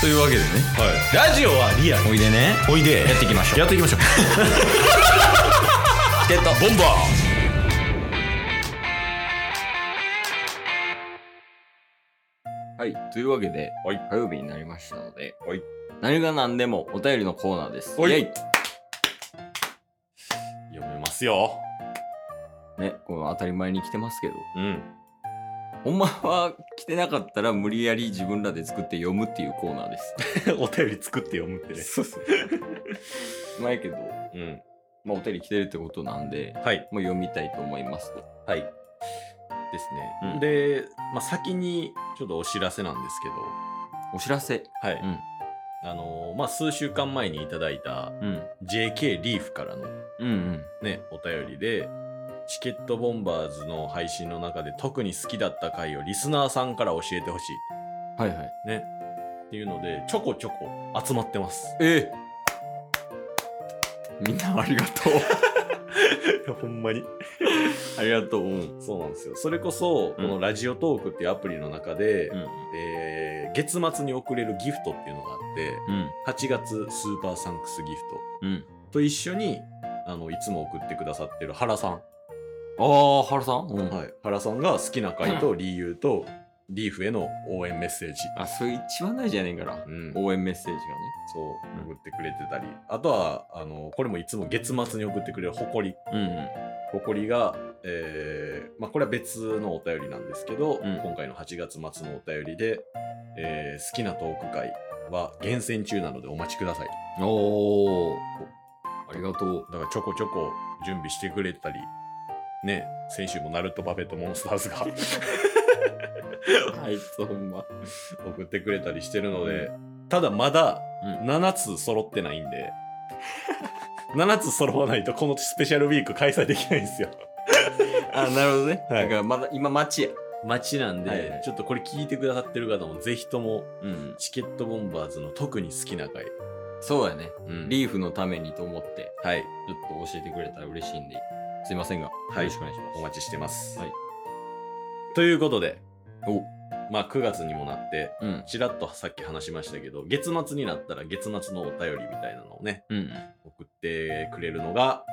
というわけでねラジオはリアルおいでねおいでやっていきましょうやっていきましょうチケットボンバーはい。というわけで、はい火曜日になりましたので、はい何が何でもお便りのコーナーです。はいイェイ読めますよね、この当たり前に来てますけど、うんほんまは来てなかったら無理やり自分らで作って読むっていうコーナー です。 お便り作って読むってねそうそう。うまいけど、うんまあ、お便り来てるってことなんで、はいもう読みたいと思いますと。はいですね、うんで、まあ、先にちょっとお知らせなんですけどお知らせ。はい、うんあのーまあ数週間前にいただいたうん。 JK リーフからのうんうん。ねお便りでチケットボンバーズの配信の中で特に好きだった回をリスナーさんから教えてほしいはいはい。ねっていうのでちょこちょこ集まってますえみんなありがとう。いや ほんまにありがとう。うん。そうなんですよそれこそこのラジオトークっていうアプリの中 で、うん。えー月末に送れるギフトっていうのがあっうん。て8月スーパーサンクスギフうん。トと一緒にあのいつも送ってくださってる原さん、ああ、原さん、うん、はい、原さんが好きな回と理由とリーフへの応援メッセージ、あ、それ一番ないじゃねえからう。ん、応援メッセージがね。そううん送ってくれてたりあとはあのこれもいつも月末に送ってくれる誇りうん誇りが、えーまあ、これは別のお便りなんですけど、ん今回の8月末のお便りで、えー好きなトーク会は厳選中なのでお待ちくださいうん。おお。ありがとう。だからちょこちょこ準備してくれたりね先週もナルトパペットモンスターズ があいつほんま。送ってくれたりしてるので、ただまだうん。 7つ揃ってないん で7つ揃わないとこのスペシャルウィーク開催できないんですよあ、なるほどね。はいだからまだ今待ちや。待ちなんで、はいはいちょっとこれ聞いてくださってる方もぜひともうん。チケットボンバーズの特に好きな回、そうやね。うんリーフのためにと思って、はいちょっと教えてくれたら嬉しいんで、すいませんが、はよいろしくお願いします。お待ちしてます、はいということでおまあ9月にもなってうん。ちらっとさっき話しましたけど月末になったら月末のお便りみたいなのをねうん。送ってくれるのが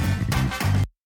す